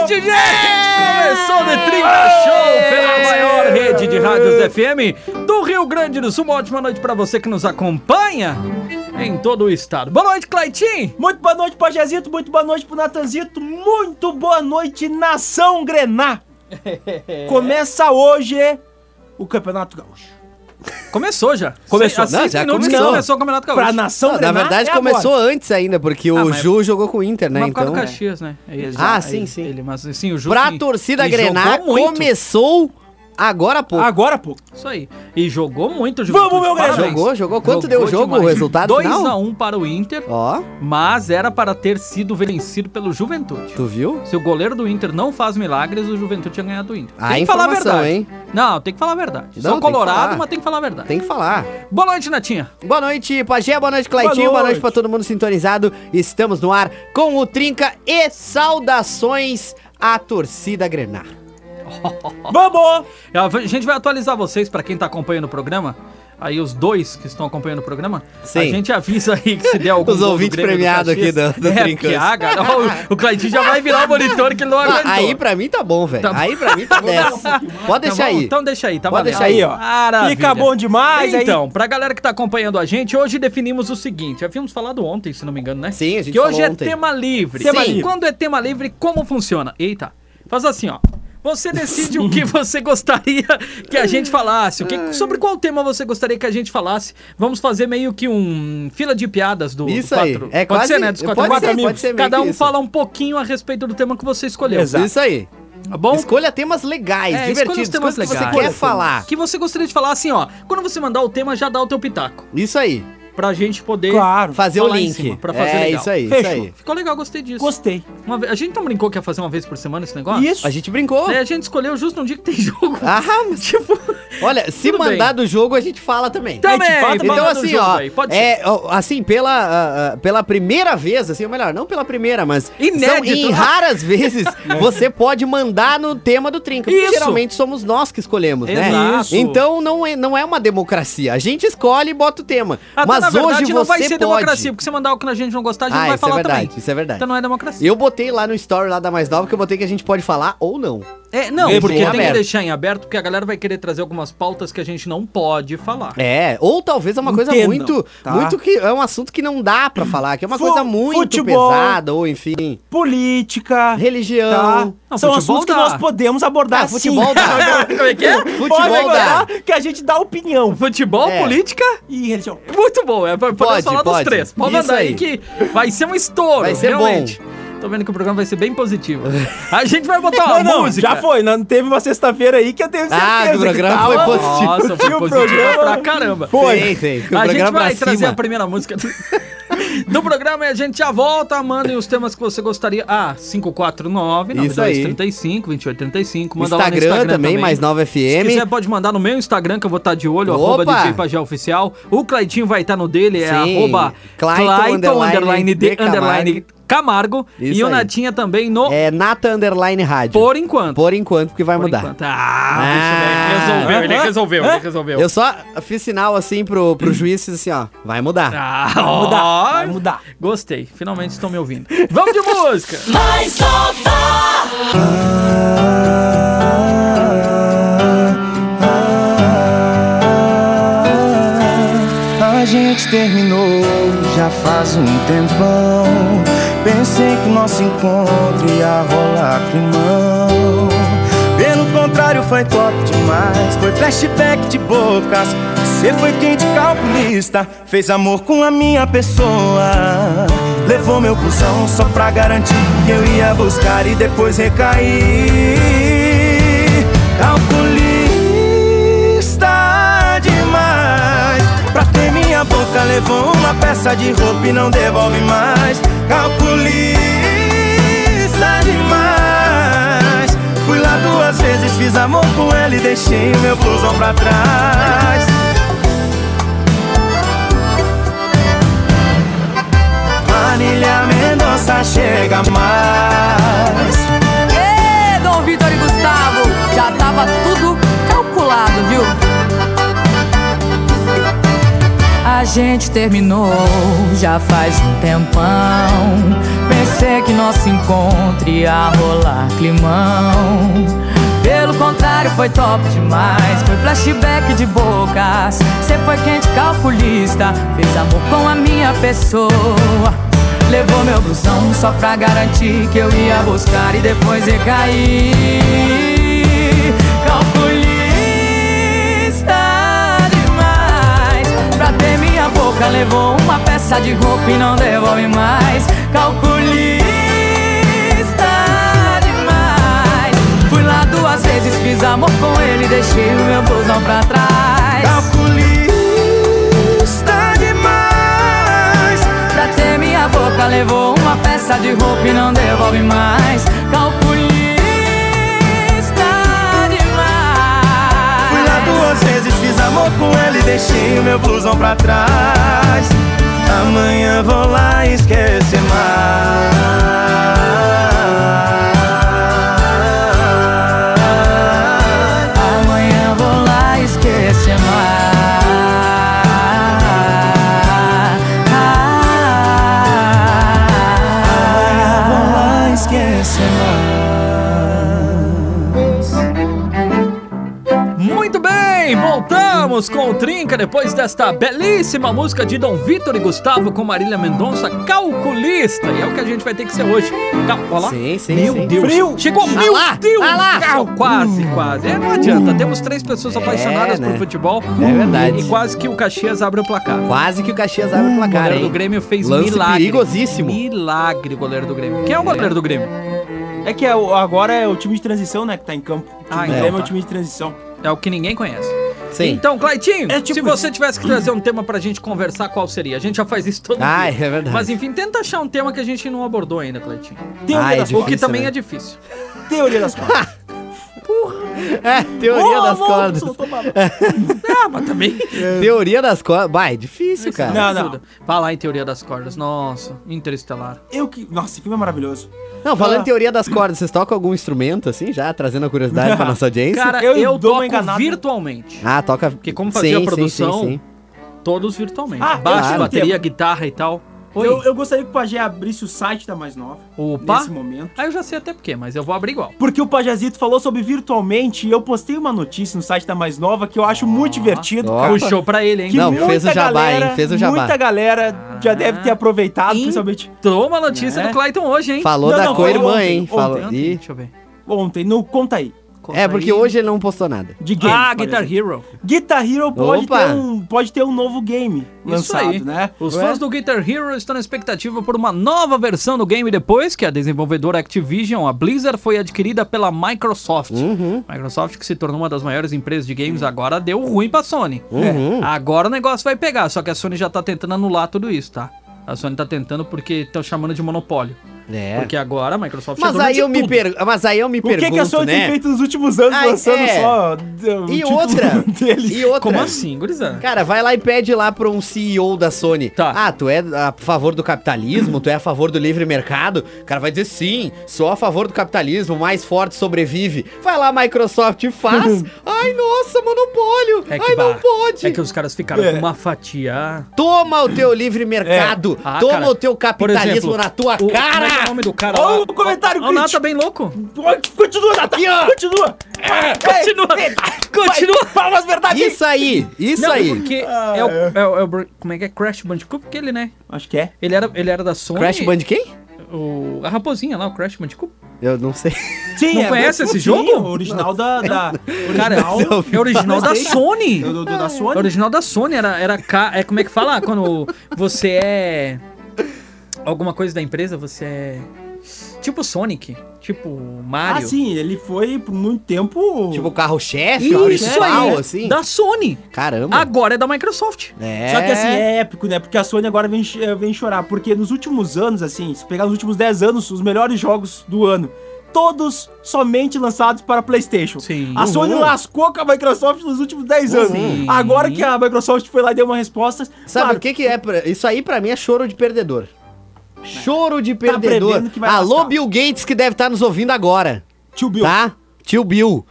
Começou o The Trinca Show pela maior rede de rádios FM do Rio Grande do Sul. Uma ótima noite pra você que nos acompanha em todo o estado. Boa noite, Claitinho! Muito boa noite, Pajezito. Muito boa noite pro Natanzito. Muito boa noite, Nação Grená. Começa hoje o Campeonato Gaúcho. Começou já. Começou. Há Não, seis já minutos que começou. começou o Campeonato Gaúcho. Pra Nação na Grená. verdade é começou agora. antes ainda, porque Ah, o mas- Ju jogou com o Inter, né? Mas por causa Então, do Caxias, né? Ele- Ah, ele- sim, sim. Ele, mas assim, o Ju pra que- torcida ele jogou Grenar, muito. Ah. começou agora há pouco. Agora, pô. Isso aí. E jogou muito, Vamos, meu Grêmio! Parabéns. Jogou, jogou. Quanto deu o jogo, o resultado 2 final? a 1 para o Inter, Ó, mas era para ter sido vencido pelo Juventude. tu viu? Se o goleiro do Inter não faz milagres, o Juventude tinha ganhado do Inter. Ah, informação, hein? Não, tem que falar a verdade. Não, São tem que colorado, falar. mas tem que falar a verdade. Tem que falar. Boa noite, Natinha. Boa noite, Pajé. Boa noite, Claitinho. Boa Boa noite. noite pra todo mundo sintonizado. Estamos no ar com o Trinca e saudações à torcida Grenar. Vamos! A gente vai atualizar vocês, pra quem tá acompanhando o programa. Aí os dois que estão acompanhando o programa, Sim. a gente avisa aí que se der algum Os gol do ouvintes Grêmio do premiados aqui Caxias, do- do é, Trincas. porque, ah, cara, o, o Claitinho já vai virar o monitor que ele não aguentou. Ah, aí pra mim tá bom, velho. Tá bom. Aí pra mim tá 10. Pode Tá deixar bom? aí. Então deixa aí, tá Pode valendo. deixar aí, ó. Maravilha. Fica bom demais, aí. Então, pra galera que tá acompanhando a gente, hoje definimos o seguinte. Já havíamos falado ontem, se não me engano, né? Sim, a gente Que hoje falou é ontem. tema livre. Tema Sim. livre. Quando é tema livre, como funciona? Eita, faz assim, ó. Você decide o que você gostaria que a gente falasse. O que, sobre qual tema você gostaria que a gente falasse? Vamos fazer meio que um fila de piadas do, do Isso aí. quatro- É pode quase- ser, né? Dos quatro pode amigos. ser, pode ser meio Cada que um isso. fala um pouquinho a respeito do tema que você escolheu. Exato. Isso aí. Tá bom? Escolha temas legais, É, divertidos, escolha os temas coisas que você legais. quer falar. Que você gostaria de falar assim, ó. Quando você mandar o tema, já dá o teu pitaco. Isso aí. Pra gente poder. Claro. Fazer Falar o em link. cima, pra fazer é legal. isso aí, Fechou. isso aí. Ficou legal, gostei disso. Gostei. Uma ve- A gente não brincou que ia fazer uma vez por semana esse negócio? Isso. A gente brincou. Daí a gente escolheu justo no dia que tem jogo. Ah, mas Tipo, olha, se Tudo mandar bem. do jogo a gente fala também. Também, A gente fala, vamos então lá do assim, jogo ó, aí, pode é, ó, assim pela ah, ah, pela primeira vez, assim, ou melhor, não pela primeira, mas são Inédito. É. em raras vezes você pode mandar no tema do trinca. porque Isso. Geralmente somos nós que escolhemos, né? Exato. Então não é, não é uma democracia. A gente escolhe e bota o tema. até Ah, tá, mas na verdade hoje não você vai ser pode. democracia, porque se mandar o que a gente não gostar, a gente Ah, não vai isso é falar verdade, também. isso é verdade. Então não é democracia. Eu botei lá no story lá da Mais Nova que eu botei que a gente pode falar ou não. É, não, Deixa porque em tem que aberto. deixar em aberto, porque a galera vai querer trazer algumas pautas que a gente não pode falar. É, ou talvez é uma coisa Entendam, muito, tá? muito que é um assunto que não dá pra falar, que é uma Fu- coisa muito futebol. pesada ou enfim, Política. religião. Tá? Não, São futebol assuntos que dá. nós podemos abordar. Ah, futebol dá. Como é que é? futebol Pode dá. abordar que a gente dá opinião. Futebol, É. política E religião. Muito bom, é, podemos Pode, falar dos pode. três. Pode Isso mandar aí aí. que vai ser um estouro, Vai ser realmente. Tô vendo que o programa vai ser bem positivo. A gente vai botar uma não, música. já foi. Não teve uma sexta-feira aí que tá eu tenho certeza Ah, que o programa tava- foi positivo. Nossa, foi E o positivo programa- pra caramba. Foi. Sei, sei, que o A gente programa vai pra trazer cima. a primeira música do, do programa e a gente já volta. Mandem os temas que você gostaria. Ah, 549 Isso aí. 9235 2835. Manda lá no Instagram, também, mais nova Se FM. quiser, pode mandar no meu Instagram, que eu vou estar de olho, Opa! arroba DJ Pajé Oficial. O Claitinho vai estar no dele, é Sim. arroba Clayton, underline, de, de Camargo. underline Camargo. Isso e o aí. Natinha também no É Nata Underline Rádio. Por, Por Enquanto. enquanto, porque vai Por mudar. enquanto. Ah, Ah. bicho, velho, resolveu, né? ele Hã? resolveu, Hã? ele resolveu. Eu só fiz sinal assim pro, pro juiz assim, ó, vai mudar. Ah, Vai mudar. Vai ó. mudar. Gostei, finalmente estão me ouvindo. Vamos de música! A gente terminou já faz um tempão. Pensei que o nosso encontro ia rolar climão. Pelo contrário, foi top demais. Foi flashback de bocas. Você foi quente calculista. Fez amor com a minha pessoa. Levou meu pulsão só pra garantir que eu ia buscar e depois recair. Calculista demais. Pra ter minha boca, levou uma peça de roupa e não devolve mais. Calculista demais. Fui lá duas vezes Fiz amor com ela e deixei o meu blusão pra trás Marília Mendonça chega mais Ê, Dom Vitor e Gustavo, já tava tudo calculado, viu? A gente terminou já faz um tempão. Pensei que nosso encontro ia rolar climão. Pelo contrário, foi top demais. Foi flashback de bocas. Cê foi quente calculista. Fez amor com a minha pessoa. Levou meu blusão só pra garantir que eu ia buscar e depois ia cair. Calculista demais. Pra ter minha boca, levou uma peça de roupa e não devolve mais. Calculista demais. Fui lá duas vezes, fiz amor com ele, e deixei o meu blusão pra trás. Calculista demais Pra ter minha boca levou uma peça de roupa e não devolve mais Calculista demais Fui lá duas vezes, fiz amor com ela e deixei o meu blusão pra trás. Amanhã vou lá e esquecer mais. Amanhã vou lá esquecer mais Amanhã vou lá esquecer Muito bem, voltamos com o Trinca depois desta belíssima música de Dom Vitor e Gustavo com Marília Mendonça, calculista. E é o que a gente vai ter que ser hoje. Cal... Olha lá. Sim, sim, Meu sim. Deus. Frio. Chegou, meu lá, Deus. ah lá. Cal- Quase, quase. É, não adianta. Temos três pessoas apaixonadas né? por futebol. Hum. É verdade. E, e quase que o Caxias abre o placar. Quase que o Caxias abre o O placar, goleiro do hein? Grêmio fez Lance milagre. perigosíssimo. Milagre o goleiro do Grêmio. Quem é o goleiro do Grêmio? É que é o- agora é o time de transição, né, que tá em campo. O time Ah, do então Grêmio é tá. o time de transição. É o que ninguém conhece. Sim. Então, Claitinho, É tipo se você tivesse que trazer um tema pra gente conversar, qual seria? A gente já faz isso todo Ah, dia. é verdade. Mas enfim, tenta achar um tema que a gente não abordou ainda, Claitinho. Teoria Ai, das difícil, o que também né? é difícil. Teoria das cordas. É, teoria das cordas. Ah, mas também. Teoria das cordas. Vai, é difícil, cara. Não, não. Ajuda. Vai lá em teoria das cordas. Nossa, interestelar. Eu que. Nossa, esse filme é maravilhoso. Não, falando Ah. em teoria das cordas, vocês tocam algum instrumento, assim, já trazendo a curiosidade pra nossa audiência? Cara, eu, eu dou uma toco enganada. virtualmente. ah, toca. Porque como fazia a produção, Todos virtualmente. Ah, Baixo, claro. bateria, guitarra e tal. Oi. Eu, eu gostaria que o Pajé abrisse o site da Mais Nova. Opa. Nesse momento. Ah, eu já sei até porquê, mas eu vou abrir igual. Porque o Pajazito falou sobre virtualmente e eu postei uma notícia no site da Mais Nova que eu acho muito divertido, ó. cara. Puxou pra ele, hein? Que Não, fez muita o jabá, hein? Fez o jabá. Muita galera já Ah. deve ter aproveitado, Ih. principalmente Entrou uma notícia É. do Clayton hoje, hein? Falou Não, da não, co-irmã, ontem, hein? ontem, Falou. Ontem, Ih, Deixa eu ver. ontem. No, conta aí. Conta é, aí. porque hoje ele não postou nada. De game. Ah, Guitar Hero. Guitar Hero pode Opa. ter, um, pode ter um novo game lançado, aí. né? Os é? Ué? fãs do Guitar Hero estão na expectativa por uma nova versão do game depois que a desenvolvedora Activision, a Blizzard, foi adquirida pela Microsoft. Uhum. Microsoft, que se tornou uma das maiores empresas de games, agora deu ruim pra Sony. Uhum. É, agora o negócio vai pegar, só que a Sony já tá tentando anular tudo isso, tá? A Sony tá tentando porque estão chamando de monopólio. É. Porque agora a Microsoft Mas chegou no aí, de eu me tudo. per... Mas aí eu me O que, pergunto, que a Sony né? tem feito nos últimos anos Ai, lançando é. só uh, o E título outra, deles? e outra. Como assim, gurizada? é. Cara, vai lá e pede lá pra um CEO da Sony. Tá. Ah, tu é a favor do capitalismo? tu é a favor do livre mercado? O cara vai dizer sim, sou a favor do capitalismo, o mais forte sobrevive. Vai lá, Microsoft, e faz. Ai, nossa, monopólio. É que, Ai, não bah, pode. É que os caras ficaram É. com uma fatia. Toma o teu livre mercado. Ah, Toma cara, o teu por capitalismo exemplo, na tua o- Como é que é o cara. nome do cara? Olha lá? o comentário Olha o Nata crítico. bem louco. Continua, Natan! Continua! É, Continua! Continua! Vai, Palmas verdadeiras! Isso aí, isso Não, aí. Ah, porque é o, é o- é o Br- Como é que é? Crash Bandicoot? Porque ele, né? Acho que é. Ele era, ele era da Sony. Crash Bandicoot? O, a raposinha lá, o Crash Bandicoot. Eu não sei. Sim, Não é, conhece é, esse sim, jogo? Original da, da. Cara, original é original da Sony. do, do- da É Sony. original da Sony. Era, era ca- é como é que fala? Quando você é... Alguma coisa da empresa, você é... Tipo Sonic. Tipo Ah, Mario. sim, ele foi por muito tempo. Tipo carro-chefe, Isso principal, aí. assim. Da Sony. Caramba. Agora é da Microsoft. É. Só que assim, é épico, né? Porque a Sony agora vem, ch- eh, vem chorar. Porque nos últimos anos, assim, se pegar nos últimos 10 anos, os melhores jogos do ano todos somente lançados para PlayStation. Sim. A Sony Uhum. lascou com a Microsoft nos últimos 10 anos. Sim. Agora que a Microsoft foi lá e deu uma resposta, Sabe claro, o que que é? pra- Isso aí pra mim é choro de perdedor. Choro de Tá perdedor. prevendo que vai Alô, lascar. Bill Gates, que deve estar nos ouvindo agora. Tio Bill. Tá? Tio Bill.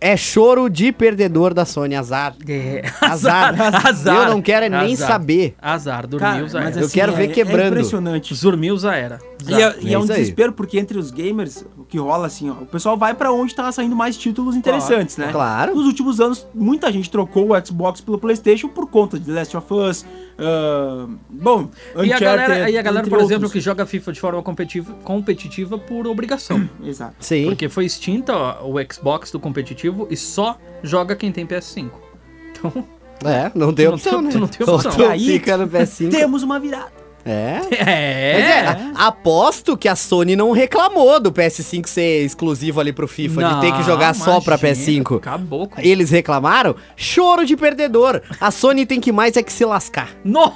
É choro de perdedor da Sony, azar. É, Azar. azar. Eu não quero é nem Azar. saber. Azar, Cara, dormiu, já mas assim, era. é, Eu quero ver quebrando. impressionante. Dormiu, já era. E é, e é É um isso aí. desespero, porque entre os gamers, o que rola assim, ó, o pessoal vai pra onde tá saindo mais títulos interessantes, né? Claro. Nos últimos anos, muita gente trocou o Xbox pelo Playstation por conta de The Last of Us, ah, bom, E a é galera, e a galera entre por exemplo, outros. que joga FIFA de forma competitiva, competitiva por obrigação. Exato. Sim. Porque foi extinta ó, o Xbox do competitivo e só joga quem tem PS5. Então, É, não tem Tu não opção, tem- né? tu não tem Ou opção. tu E aí, fica no PS5. Temos uma virada. É. é. Mas é, a- aposto que a Sony não reclamou do PS5 ser exclusivo ali pro FIFA, Não, de ter que jogar só pra imagina, PS5. Acabou com Eles reclamaram? Choro de perdedor. A Sony tem que mais é que se lascar. No!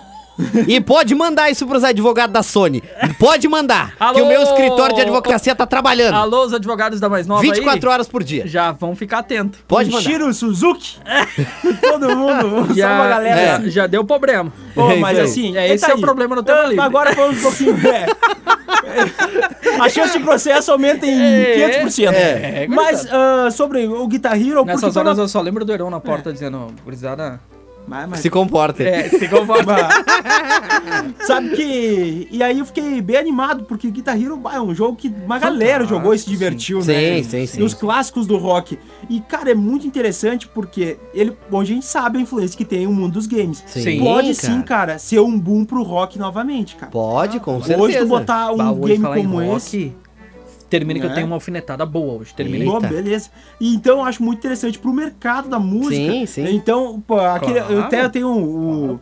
E pode mandar isso pros advogados da Sony. Pode mandar. que Alô? o meu escritório de advocacia tá trabalhando. Alô, os advogados da mais nova 24 aí, horas por dia. já vão ficar atentos. Pode mandar. Shiro Suzuki. Todo mundo, só uma Já, galera. já, já deu problema. Pô, É isso mas aí. assim, É, esse é o problema do Tamo Ah, Livre. Agora vamos um pouquinho. É. A chance de processo aumenta em É, 500%. é, é mas ah, sobre o Guitar Hero, Nessas foi horas uma- eu só lembro do Heron na porta dizendo, gurizada... Mas- mas- Se comporta. É, se convoca. Sabe que. E aí eu fiquei bem animado, porque Guitar Hero bah, é um jogo que uma galera jogou e se divertiu, Sim, né? sim, sim. E os clássicos do rock. E, cara, é muito interessante porque ele. Bom, a gente sabe a influência que tem o mundo dos games. Sim, Pode cara. sim, cara, ser um boom pro rock novamente, cara. Pode, com certeza. Hoje tu botar um Bah, hoje game falar em como rock, esse. Termina que Né? eu tenho uma alfinetada boa hoje. Termina aí. Pô, Eita. beleza. E então eu acho muito interessante pro mercado da música. Sim, sim. Então, pô, aquele, Claro. eu até tenho o,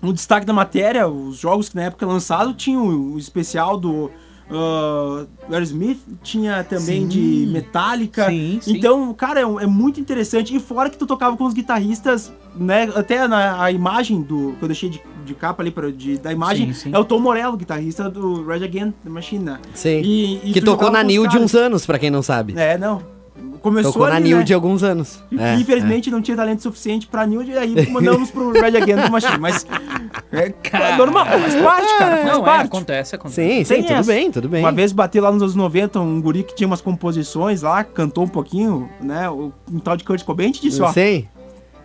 um destaque da matéria, os jogos que na época lançado tinham o especial do ah, Aerosmith, tinha também Sim. de Metallica. Sim, sim. Então, cara, é, um- é muito interessante. E fora que tu tocava com os guitarristas, né? Até na, a imagem do. que eu deixei de, de capa ali pra, de, da Sim, imagem, sim. é o Tom Morello, guitarrista do Rage Against the Machine. né? Sim. E- e que tu tocou jogava na com os New de caras. uns anos, pra quem não sabe. É, não. Começou Tocou na ali, New né? de alguns anos. É, Infelizmente não tinha talento suficiente pra New e aí mandamos pro Red Again do Machine, mas é normal, faz parte, cara, faz Não, é, parte. acontece, é. acontece. Sim, sim, Tem tudo essa. bem, tudo bem. Uma vez bateu lá nos anos 90 um guri que tinha umas composições lá, cantou um pouquinho, né, o, um tal de Kurt Cobain, a gente disse, ó, Não sei.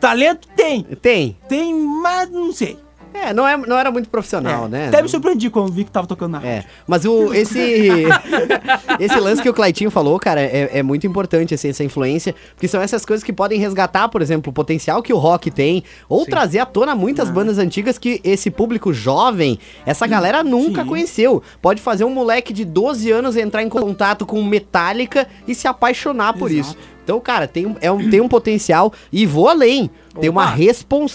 talento tem, Tem. tem, mas não sei. É, não, é, não era muito profissional, É, né? Até Não- me surpreendi quando vi que tava tocando na É, rádio. mas o, esse, esse lance que o Claitinho falou, cara, é, é muito importante assim, essa influência, porque são essas coisas que podem resgatar, por exemplo, o potencial que o rock tem, ou trazer à tona Ah. muitas bandas antigas que esse público jovem, essa galera nunca Sim. conheceu. Pode fazer um moleque de 12 anos entrar em contato com Metallica e se apaixonar por Exato. isso. Então, cara, tem, um- é um, tem um potencial e vou além. Tem uma Opa.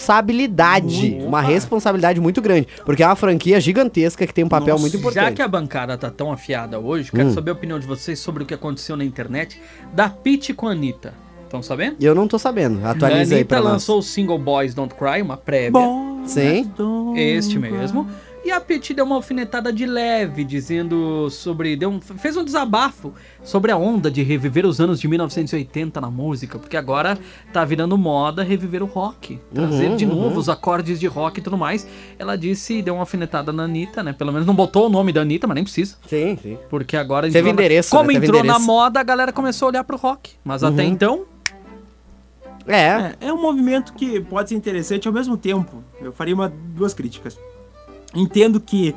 responsabilidade, uma responsabilidade muito grande, porque é uma franquia gigantesca que tem um papel Nossa, muito importante. Já que a bancada tá tão afiada hoje, Hum. quero saber a opinião de vocês sobre o que aconteceu na internet da Pete com a Anitta. Estão sabendo? Eu não tô sabendo. A Atualiza aí Anitta pra nós. lançou o single Boys Don't Cry, uma prévia. Bom, né, Sim. Uhum. Este mesmo. E a Pete deu uma alfinetada de leve, dizendo sobre. Deu um, fez um desabafo sobre a onda de reviver os anos de 1980 na música, porque agora tá virando moda reviver o rock. Trazer Uhum, de novo os acordes de rock e tudo mais. Ela disse, deu uma alfinetada na Anitta, né? Pelo menos não botou o nome da Anitta, mas nem precisa. Sim, sim. Porque agora. Teve entrou na- endereço, né? Como Teve entrou na endereço. Uhum. moda, a galera começou a olhar pro rock. Mas até então. É. É, é um movimento que pode ser interessante ao mesmo tempo. Eu faria uma, duas críticas. Entendo que,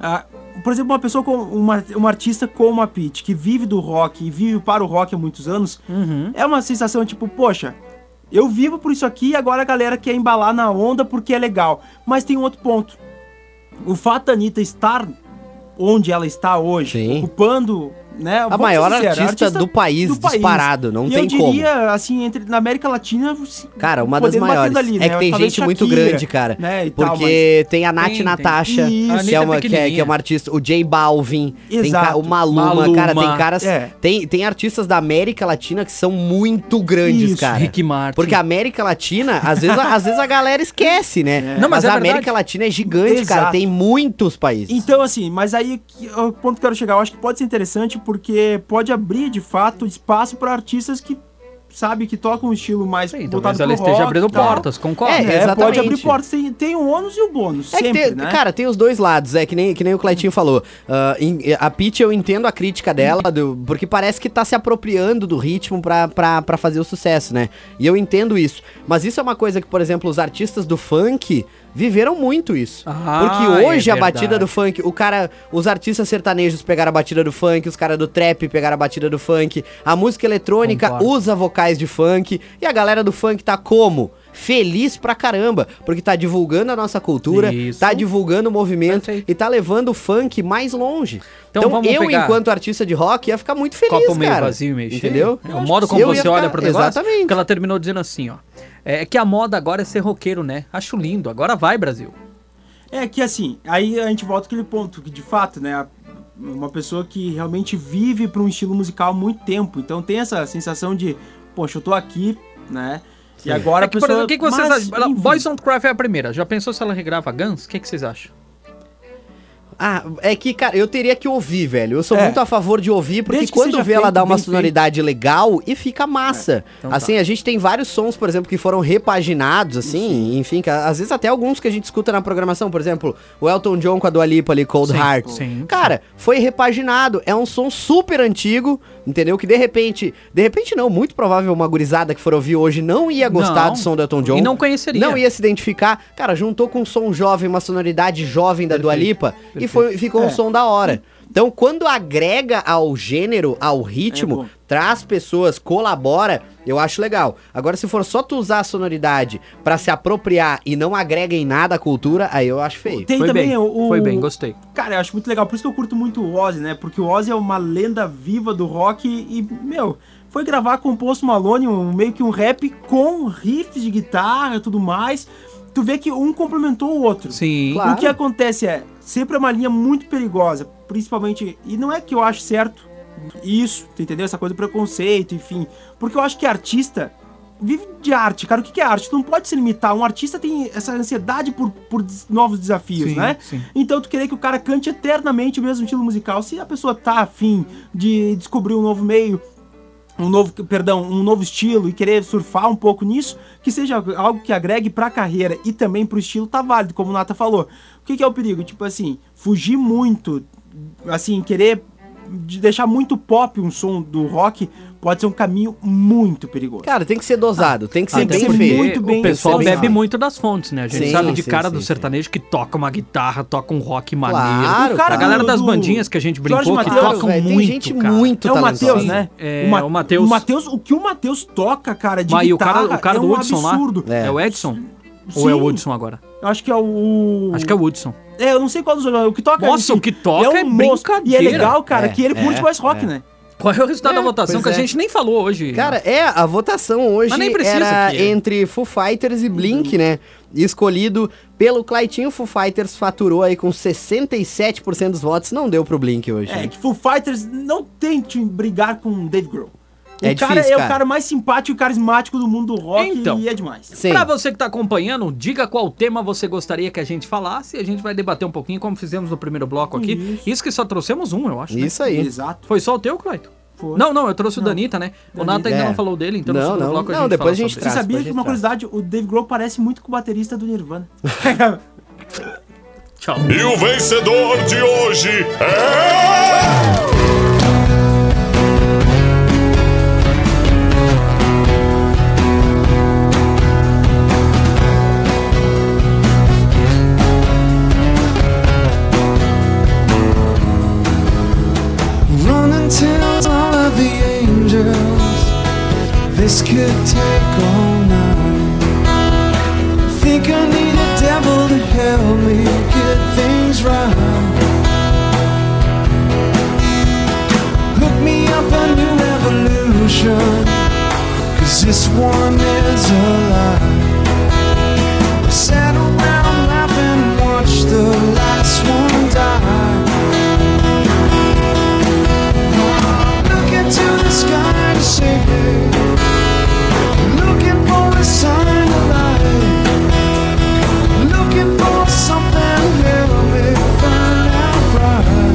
ah, por exemplo, uma pessoa como uma, uma artista como a Pete, que vive do rock e vive para o rock há muitos anos, Uhum. é uma sensação tipo, poxa, eu vivo por isso aqui e agora a galera quer embalar na onda porque é legal. Mas tem um outro ponto. O fato da Anitta estar onde ela está hoje, Sim. ocupando, né, A maior artista, do país, disparado, não e tem eu como. diria, assim, entre, na América Latina... se- Cara, uma das podendo bater maiores. dali, é né? que tem Talvez gente muito Shakira, grande, cara. Né, e tal, É, porque tem a Nath Tem, tem. Natasha, Isso. que, é A Anitta é uma, que, é, que é uma artista. O J Balvin. Tem Exato. ca- o Maluma, Maluma. cara. Tem caras. É. Tem, tem artistas da América Latina que são muito grandes, Isso, cara. Rick Martin. Porque a América Latina, às vezes, a- às vezes a galera esquece, né? Não, mas mas é a verdade. América Latina é gigante, cara. Exato. Tem muitos países. Então, assim, mas aí que- o ponto que eu quero chegar, eu acho que pode ser interessante porque pode abrir, de fato, espaço para artistas que, sabe, que tocam um estilo mais Sim, voltado talvez Então, ela pro rock esteja e abrindo tal. portas, concordo. É, É, Exatamente. pode abrir portas. Tem, tem o ônus e o bônus, É que sempre, tem- né? Cara, tem os dois lados, é que nem, que nem o Cleitinho falou. Ah, em- a Pitty, eu entendo a crítica dela, do- porque parece que tá se apropriando do ritmo pra, pra, pra fazer o sucesso, né? E eu entendo isso. Mas isso é uma coisa que, por exemplo, os artistas do funk viveram muito isso. Ah, porque hoje é a batida verdade. do funk, o cara, os artistas sertanejos pegaram a batida do funk, os caras do trap pegaram a batida do funk, a música eletrônica Concordo. usa vocais de funk e a galera do funk tá como? Feliz pra caramba, porque tá divulgando a nossa cultura, Isso. tá divulgando o movimento Perfeito. e tá levando o funk mais longe. Então Então, vamos eu, pegar- enquanto artista de rock, ia ficar muito feliz, copo meio cara. vazio e meio cheio. entendeu? É, o modo como Eu ia você olha ficar- pro negócio. Exatamente. Porque ela terminou dizendo assim, ó. É que a moda agora é ser roqueiro, né? Acho lindo. Agora vai, Brasil. É que assim, aí a gente volta àquele ponto que de fato, né, a- uma pessoa que realmente vive para um estilo musical há muito tempo, então tem essa sensação de, poxa, eu tô aqui, né? E agora é que, a por pessoa. exemplo, o que, que vocês Mas, acham? Ela- enfim. Boys on Craft é a primeira. Já pensou se ela regrava Guns? O que, que vocês acham? Ah, é que, cara, eu teria que ouvir, velho. Eu sou É. muito a favor de ouvir, porque Desde que quando seja vê ela feito, dá uma bem sonoridade legal e fica massa. então tá. assim, a gente tem vários sons, por exemplo, que foram repaginados, assim, enfim, que às vezes até alguns que a gente escuta na programação, por exemplo, o Elton John com a Dua Lipa ali, Cold Sim, Heart. sim. Cara, foi repaginado. É um som super antigo, entendeu? Que de repente, de repente não, muito provável uma gurizada que for ouvir hoje não ia gostar Não. do som do Elton John. E não conheceria. Não ia se identificar. Cara, juntou com um som jovem, uma sonoridade jovem da Dua Lipa e foi, ficou um É. som da hora. Então, quando agrega ao gênero, ao ritmo, É bom. traz pessoas, colabora, eu acho legal. Agora, se for só tu usar a sonoridade pra se apropriar e não agrega em nada a cultura, aí eu acho feio. Tem Foi também bem. o. Foi bem, gostei. Cara, eu acho muito legal. Por isso que eu curto muito o Ozzy, né? Porque o Ozzy é uma lenda viva do rock e, meu, foi gravar com o Post Malone, um, meio que um rap com riffs de guitarra e tudo mais. Tu vê que um complementou o outro. Sim. Claro. O que acontece é, sempre é uma linha muito perigosa, principalmente, e não é que eu acho certo isso, tu entendeu? Essa coisa do preconceito, enfim. Porque eu acho que artista vive de arte, cara. O que que é arte? Tu não pode se limitar. Um artista tem essa ansiedade por, por des- novos desafios, Sim, né? sim. Então tu querer que o cara cante eternamente o mesmo estilo musical, se a pessoa tá afim de descobrir um novo meio, um novo, perdão, um novo estilo e querer surfar um pouco nisso, que seja algo que agregue pra carreira e também pro estilo tá válido, como o Nata falou. O que, que é o perigo? Tipo assim, fugir muito, assim, querer de deixar muito pop um som do rock pode ser um caminho muito perigoso. Cara, tem que ser dosado, tem que Ah, ser tem que bem ser feio. muito bem- o pessoal bem bebe feito. muito das fontes, né? A gente Sim, sabe de sim, cara sim, do sim. sertanejo que toca uma guitarra, toca um rock maneiro. Claro, a cara. galera do- das do bandinhas que a gente Jorge brincou que Mateus, tocam velho, muito, tem gente cara. muito É o talentosa. Matheus, né? É, Ma- o Matheus. O Matheus, o que o Matheus toca, cara, de Mas e o guitarra cara, o cara é do um Hudson lá absurdo. é. É. o Edson? Ou Sim. é o Hudson agora? Eu Acho que é o. Acho que é o Hudson. É, eu não sei qual dos dois, o que toca. Nossa, enfim, o que toca é, monstro. E é brincadeira. legal, cara, um É, que ele é, curte mais rock, né? Qual é o resultado da votação pois que a é. gente nem falou hoje? Cara, é, a votação hoje Mas nem precisa né? Uhum. era que- entre Foo Fighters e Blink, né? Escolhido pelo Claitinho, Foo Fighters faturou aí com 67% dos votos, não deu pro Blink hoje. É, né? que Foo Fighters não tente brigar com o Dave Grohl. O É cara difícil, é cara. o cara mais simpático e carismático do mundo do rock Então. e é demais. Sim. Pra você que tá acompanhando, diga qual tema você gostaria que a gente falasse e a gente vai debater um pouquinho, como fizemos no primeiro bloco aqui. Isso, Isso. que só trouxemos um, eu acho. né? Isso aí. Exato. Foi só o teu, Clayton? Foi. Não, não, eu trouxe o Danita, né? O Nata ainda É. não falou dele, então no Não, segundo não. bloco a Não, gente fala depois a gente tá. sobre Você traz. sabia pode que uma registrar. curiosidade, o Dave Grohl parece muito com o baterista do Nirvana. isso. Tchau. E o vencedor de hoje é. Run and tell all of the angels this could take all night. Think I need a devil to help me get things right. Hook me up a new evolution, cause this one is a lie. Sat around laughing, watched the last one die. Look into the sky to see you. Looking for a sign of life. Looking for something here will burn out bright.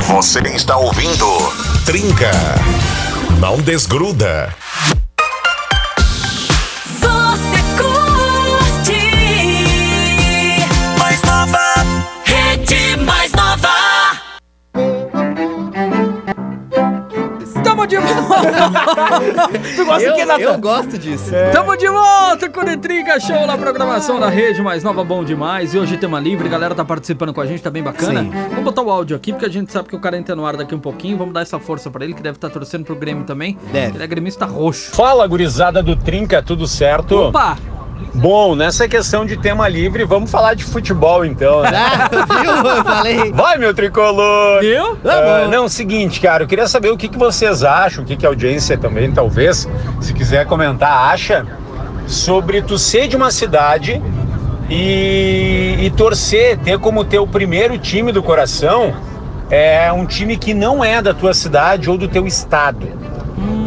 Você está ouvindo Trinca. Não desgruda. Você curte mais nova, rede mais nova. Tamo de volta! tu gosta Eu, que Natan? eu gosto disso. É. Tamo de volta com o Intriga Show na programação da rede mais nova, bom demais. E hoje tema livre, a galera tá participando com a gente, tá bem bacana. Sim. Vamos botar o áudio aqui, porque a gente sabe que o cara entra no ar daqui um pouquinho. Vamos dar essa força pra ele, que deve estar torcendo pro Grêmio também. Deve. Ele é gremista roxo. Fala, gurizada do Trinca, tudo certo? Opa! Bom, nessa questão de tema livre, vamos falar de futebol então, né? Ah, viu? Eu falei. Vai, meu tricolor! Viu? Ah, não, seguinte, cara, eu queria saber o que, que vocês acham, o que, que a audiência também, talvez, se quiser comentar, acha sobre tu ser de uma cidade e, e torcer, ter como teu primeiro time do coração é um time que não é da tua cidade ou do teu estado.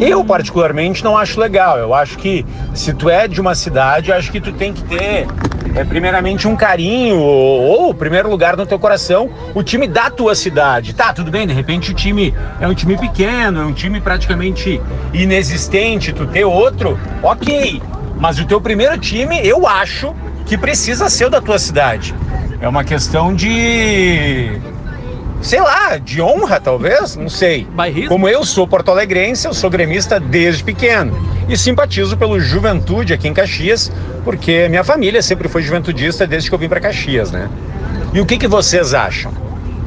Eu, particularmente, não acho legal. Eu acho que se tu é de uma cidade, eu acho que tu tem que ter, é, primeiramente, um carinho ou, ou, primeiro lugar, no teu coração, o time da tua cidade. Tá, tudo bem, de repente o time é um time pequeno, é um time praticamente inexistente, tu ter outro, ok. Mas o teu primeiro time, eu acho que precisa ser o da tua cidade. É uma questão de sei lá, de honra talvez, não sei. Bairrismo? Como eu sou porto-alegrense, eu sou gremista desde pequeno e simpatizo pelo Juventude aqui em Caxias, porque minha família sempre foi juventudista desde que eu vim para Caxias, né? E o que, que vocês acham?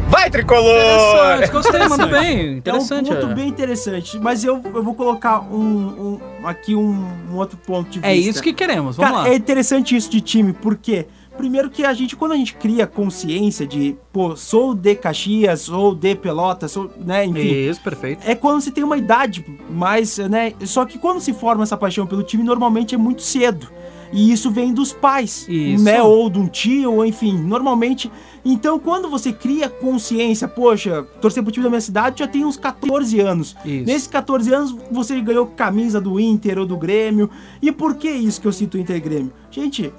Vai, tricolor! Interessante, gostei, mandou bem. Interessante. é um ponto é. bem interessante, mas eu, eu vou colocar um, um- aqui um, um outro ponto de vista. É isso que queremos, vamos Cara, lá. é interessante isso de time, porque primeiro que a gente, quando a gente cria consciência de, pô, sou de Caxias, sou de Pelotas, sou, né, enfim, Isso, perfeito. é quando se tem uma idade mais, né? Só que quando se forma essa paixão pelo time, normalmente é muito cedo. E isso vem dos pais, Isso. né? Ou de um tio, ou enfim, normalmente. Então, quando você cria consciência, poxa, torcer pro time da minha cidade já tem uns 14 anos. Isso. Nesses 14 anos, você ganhou camisa do Inter ou do Grêmio. E por que isso que eu cito Inter e Grêmio? Gente,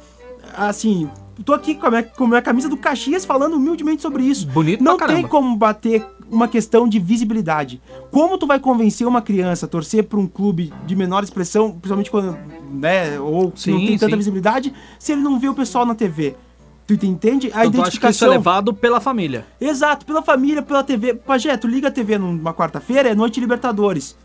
assim, tô aqui com a minha, com a minha camisa do Caxias falando humildemente sobre isso. Bonito Não pra tem caramba. como bater uma questão de visibilidade. Como tu vai convencer uma criança a torcer para um clube de menor expressão, principalmente quando, né, ou que não Sim, tem tanta sim. visibilidade, se ele não vê o pessoal na TV? Tu te entende? A Então, tu acha que isso é identificação. levado pela família. Exato, pela família, pela TV. Pajé, tu liga a TV numa quarta-feira, é Noite Libertadores.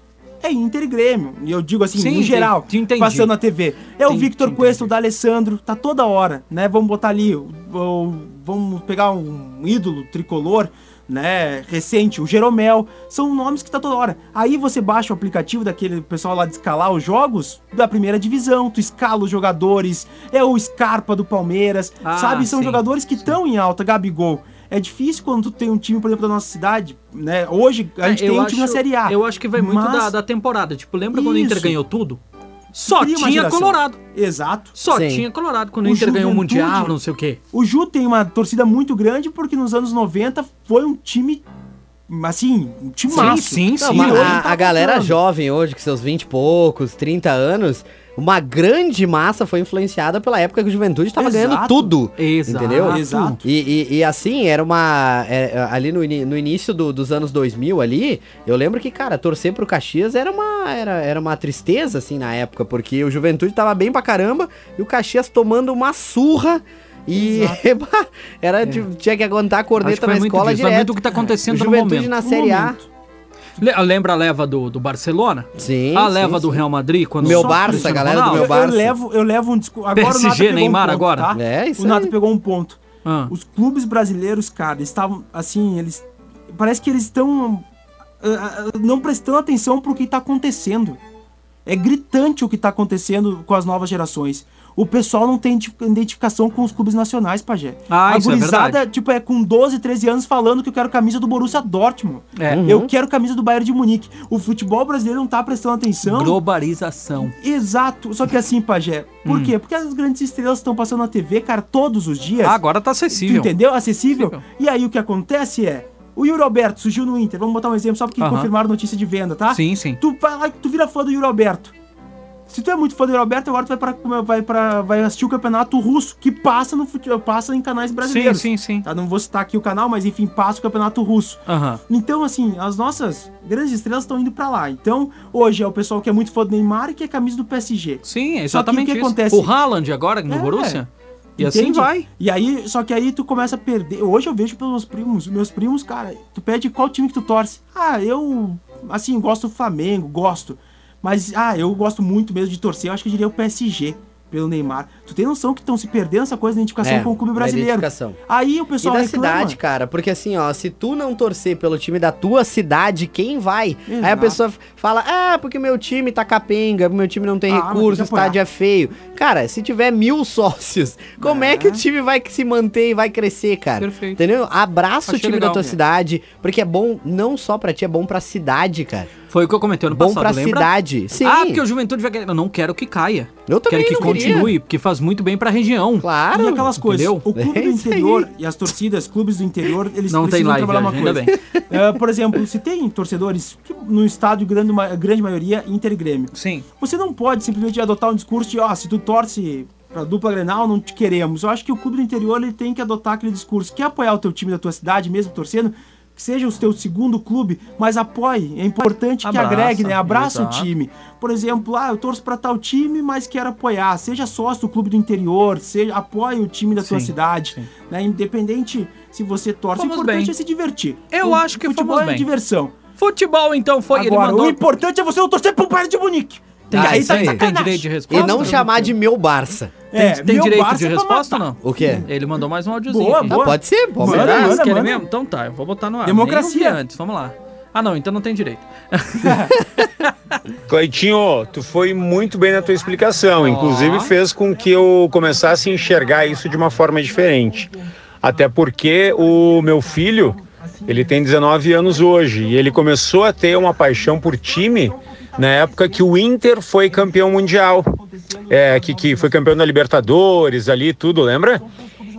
É Inter e Grêmio. E eu digo assim, Sim, no geral, te entendi. passando na TV. É o Te- Victor te Cuesta, entendi. o D'Alessandro, tá toda hora, né? Vamos botar ali, o- o- vamos pegar um ídolo tricolor, né? Recente, o Jeromel. São nomes que tá toda hora. Aí você baixa o aplicativo daquele pessoal lá de escalar os jogos da primeira divisão, tu escala os jogadores, é o Scarpa do Palmeiras, Ah, sabe? São sim. jogadores jogadores que estão em alta, Gabigol. É difícil quando tu tem um time, por exemplo, da nossa cidade, né? Hoje a gente É, eu tem um acho- time na Série A. Eu acho que vai muito mas- da, da temporada. Tipo, lembra quando o Inter Isso. ganhou tudo? Só Cria uma tinha geração. Colorado. Exato. Só Sim. tinha Colorado quando o O Inter ganhou o Juventude- Mundial, não sei o quê. O Ju tem uma torcida muito grande porque nos anos 90 foi um time, assim, um time sim, Não, sim. mas hoje a, tá a galera voltando. jovem hoje, com seus 20 e poucos, 30 anos, uma grande massa foi influenciada pela época que a juventude tava Exato. ganhando tudo. Exato. Entendeu? Exato. E, e- e assim, era uma. é, ali no, ini- no início do- dos anos 2000, ali, eu lembro que, cara, torcer pro Caxias era uma, era, era uma tristeza, assim, na época, porque o Juventude tava bem pra caramba e o Caxias tomando uma surra. E era, de- tinha que aguentar a É. Acho corneta que vai na muito escola disso, vai muito direto. do que tá acontecendo no Juventude momento. na Série A. Um momento. Le- ah, Lembra a leva do, do Barcelona? Sim. a sim, leva do sim. Real Madrid? Quando Meu Só Barça, Cristiano galera do Ronaldo. meu Eu- Barça. Eu levo, eu levo um discurso. Agora PSG, o Nata pegou Neymar um ponto, agora. Tá? É, isso o Nata aí. pegou um ponto. Ah. Os clubes brasileiros, cara, estavam assim, eles parece que eles estão ah, ah, não prestando atenção pro que tá acontecendo. É gritante o que tá acontecendo com as novas gerações. O pessoal não tem dif- identificação com os clubes nacionais, pajé. Ah, a isso é gurizada, verdade. tipo, é com 12, 13 anos falando que eu quero camisa do Borussia Dortmund. É. Eu quero camisa do Bayern de Munique. O futebol brasileiro não tá prestando atenção. Globalização. Exato. Só que assim, pajé. Hum. Por quê? Porque as grandes estrelas estão passando na TV, cara, todos os dias. Ah, agora tá Tu acessível. entendeu? Acessível. Acessível. E aí o que acontece é. O Yuri Alberto surgiu no Inter. Vamos botar um exemplo só porque Aham. confirmaram notícia de venda, tá? Sim, sim. Tu vai lá e tu vira fã do Yuri Alberto. Se tu é muito fã do Roberto, agora tu vai, pra, é, vai, pra, vai assistir o campeonato russo, que passa no fute- passa em canais brasileiros. sim, sim. Tá? Não vou citar aqui o canal, mas enfim, passa o campeonato russo. Aham. Então, assim, as nossas grandes estrelas estão indo pra lá. Então, hoje é o pessoal que é muito fã do Neymar e que é camisa do PSG. Sim, Só que o exatamente que isso. acontece? O Haaland agora no É. Borussia? E assim Entende? vai. E aí, só que aí tu começa a perder. Hoje eu vejo pelos meus primos, meus primos, cara, tu pede qual time que tu torce. Ah, eu assim, gosto do Flamengo, gosto. Mas ah, eu gosto muito mesmo de torcer, eu acho que eu diria o PSG pelo Neymar. Tu tem noção que estão se perdendo essa coisa da identificação É, com o clube da brasileiro. identificação. Aí o E pessoal da reclama. cidade, cara, porque assim, ó, se tu não torcer pelo time da tua cidade, quem vai? Aí a Exato. pessoa fala, ah, porque meu time tá capenga, meu time não tem Ah, mas recurso, o tem que apoiar. estádio é feio. Cara, se tiver mil sócios, como é, que o time vai se manter e vai crescer, cara? Perfeito. Entendeu? Abraça Achei o time legal, da tua né? cidade, porque é bom não só pra ti, é bom pra cidade, cara. Foi o que eu comentei ano Bom passado, pra lembra? cidade. Sim. Ah, porque o Juventude vai ganhar. Eu não quero que caia. Eu também quero que não queria. continue, porque faz muito bem pra região. Claro. E aquelas coisas. Entendeu? O clube É do isso aí. interior e as torcidas, clubes do interior, eles Não tem precisam live trabalhar hoje, uma ainda coisa. Eh, por exemplo, se tem torcedores que no estádio, grande, ma- grande maioria, Inter e Grêmio. Sim. Você não pode simplesmente adotar um discurso de, ó, se tu torce pra dupla Grenal, não te queremos. Eu acho que o clube do interior ele tem que adotar aquele discurso. Quer apoiar o teu time da tua cidade, mesmo torcendo? Que seja o teu segundo clube, mas apoie. É importante Abraça, que agregue, né? Abraça exato. o time. Por exemplo, ah, eu torço pra tal time, mas quero apoiar. Seja sócio do clube do interior, seja apoie o time da tua Sim, cidade. sim. Né? Independente se você torce, Fomos o importante bem. é se divertir. Eu acho que futebol fomos é bem. diversão. Futebol, então, foi. ele Agora, mandou. o importante é você não torcer pro Bayern de Munique. Tem, Ah, aí isso tá aí. tem direito de E resposta? não chamar de meu Barça. Tem, tem meu direito Barça de é pra resposta ou matar. não? O quê? Ele mandou mais um áudiozinho. Boa, aqui. Ah, boa. pode ser, pode Manda, ser. Será? Vocês manda, querem manda. mesmo? Então tá, eu vou botar no ar. Democracia. Nem ouvi antes, vamos lá. Ah não, então não tem direito. Cleitinho, tu foi muito bem na tua explicação. Inclusive fez com que eu começasse a enxergar isso de uma forma diferente. Até porque o meu filho, ele tem 19 anos hoje e ele começou a ter uma paixão por time na época que o Inter foi campeão mundial. É, que, que foi campeão da Libertadores ali, tudo, lembra?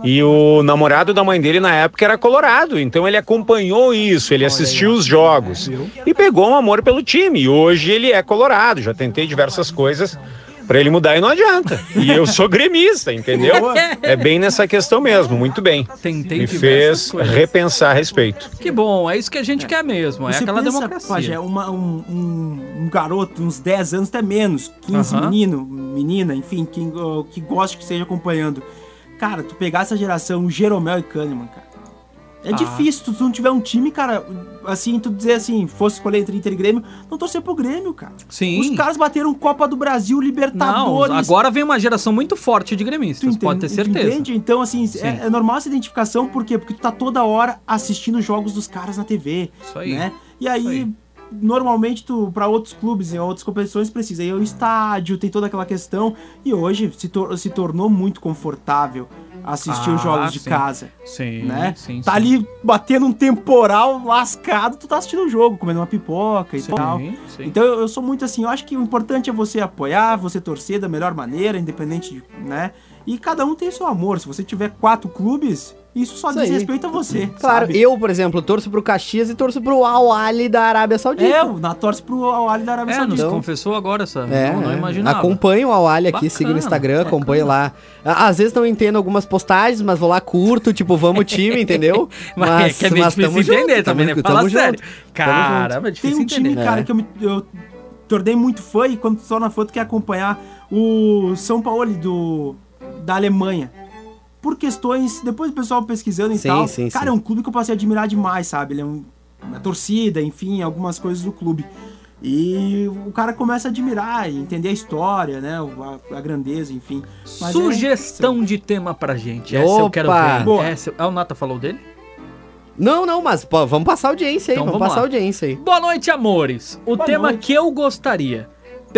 E o namorado da mãe dele na época era colorado, então ele acompanhou isso, ele assistiu os jogos e pegou um amor pelo time. E hoje ele é colorado, já tentei diversas coisas para ele mudar e não adianta. E eu sou gremista, entendeu? É bem nessa questão mesmo, muito bem. Tentei Me diversas fez coisas. repensar a respeito. Que bom, é isso que a gente quer mesmo. É Você aquela pensa, democracia. Pajé, uma- um, um- um garoto, uns 10 anos até menos, 15 Aham. menino, menina, enfim, quem, ó, que gosta que esteja acompanhando. Cara, tu pegar essa geração, Jeromel e Kahneman, cara. É Ah. difícil, tu, tu não tiver um time, cara, assim, tu dizer assim, fosse escolher entre Inter e Grêmio, não torcer pro Grêmio, cara. Sim. Os caras bateram Copa do Brasil, não, Libertadores. agora vem uma geração muito forte de Tu gremistas, entende, pode ter certeza. Entende? Então, assim, Sim. é, é normal essa identificação, por quê? Porque tu tá toda hora assistindo os jogos dos caras na TV. Isso aí. Né? E aí, aí. normalmente, tu, pra outros clubes, em outras competições, precisa ir ao estádio, tem toda aquela questão. E hoje se, tor- se tornou muito confortável assistir os Ah, jogos de sim. casa. Sim, Né? sim. tá sim. ali batendo um temporal lascado, tu tá assistindo o jogo, comendo uma pipoca e Sim, tal. sim. Então eu, eu sou muito assim, eu acho que o importante é você apoiar, você torcer da melhor maneira, independente de, né? E cada um tem seu amor. Se você tiver quatro clubes, isso só Isso diz aí. respeito a você. Claro, sabe? eu, por exemplo, torço pro Caxias e torço pro Al Ali da Arábia Saudita. Eu, na torce É, pro Al Ahly da Arábia É, nos Saudita. confessou agora essa. É, não, não é. imaginava. Acompanho o Awali aqui, Bacana, siga no Instagram, bacana. acompanho lá. À- Às vezes não entendo algumas postagens, mas vou lá, curto, tipo, vamos time, entendeu? Mas, é que é meio difícil tamo entender junto, também, tamo- né? Fala tamo sério. junto. Caramba, é Tem difícil um time, entender. cara, É. que eu, me, eu tornei muito fã e quando tu só na foto quer acompanhar o São Paulo do da Alemanha. Por questões, depois o pessoal pesquisando e Sim, tal. sim, cara, sim. é um clube que eu passei a admirar demais, sabe? Ele é um, uma torcida, enfim, algumas coisas do clube. E o cara começa a admirar, e entender a história, né? o- A, a grandeza, enfim. Mas é- Sugestão de tema pra gente. Essa eu quero Opa! ver. Boa. Essa, ah, o Nata falou dele? Não, não, mas pô, vamos passar a audiência aí, Então vamos, vamos passar lá. a audiência aí. Boa noite, amores. O Boa tema noite. que eu gostaria.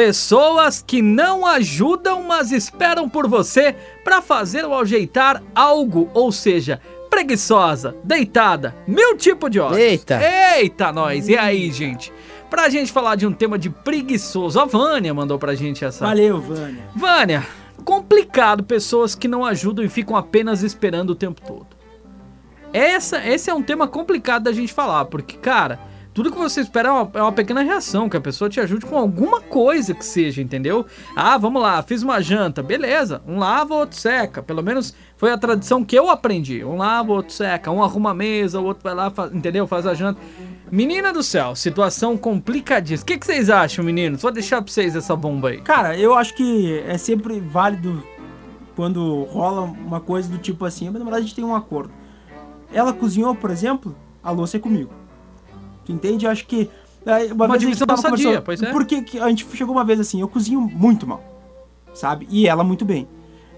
Pessoas que não ajudam, mas esperam por você pra fazer ou ajeitar algo, ou seja, preguiçosa, deitada, meu tipo de ócio. Eita. Eita, nós. E aí, gente? Pra gente falar de um tema de preguiçoso, a Vânia mandou pra gente essa. Valeu, Vânia. Vânia, complicado pessoas que não ajudam e ficam apenas esperando o tempo todo. Essa, esse é um tema complicado da gente falar, porque, cara, Tudo que você espera é uma, é uma pequena reação, que a pessoa te ajude com alguma coisa que seja, entendeu? Ah, vamos lá, fiz uma janta, beleza. Um lava, outro seca. Pelo menos foi a tradição que eu aprendi. Um lava, outro seca. Um arruma a mesa, o outro vai lá, faz- entendeu? Faz a janta. Menina do céu, situação complicadíssima. O que, que vocês acham, meninos? Vou deixar pra vocês essa bomba aí. Cara, eu acho que é sempre válido quando rola uma coisa do tipo assim, mas na verdade a gente tem um acordo. Ela cozinhou, por exemplo, a louça é comigo. Tu entende? Eu acho que. é, Uma, vez a gente divisão tava sadia, conversando- pois é. Porque que a gente chegou uma vez assim, eu cozinho muito mal, sabe? E ela muito bem.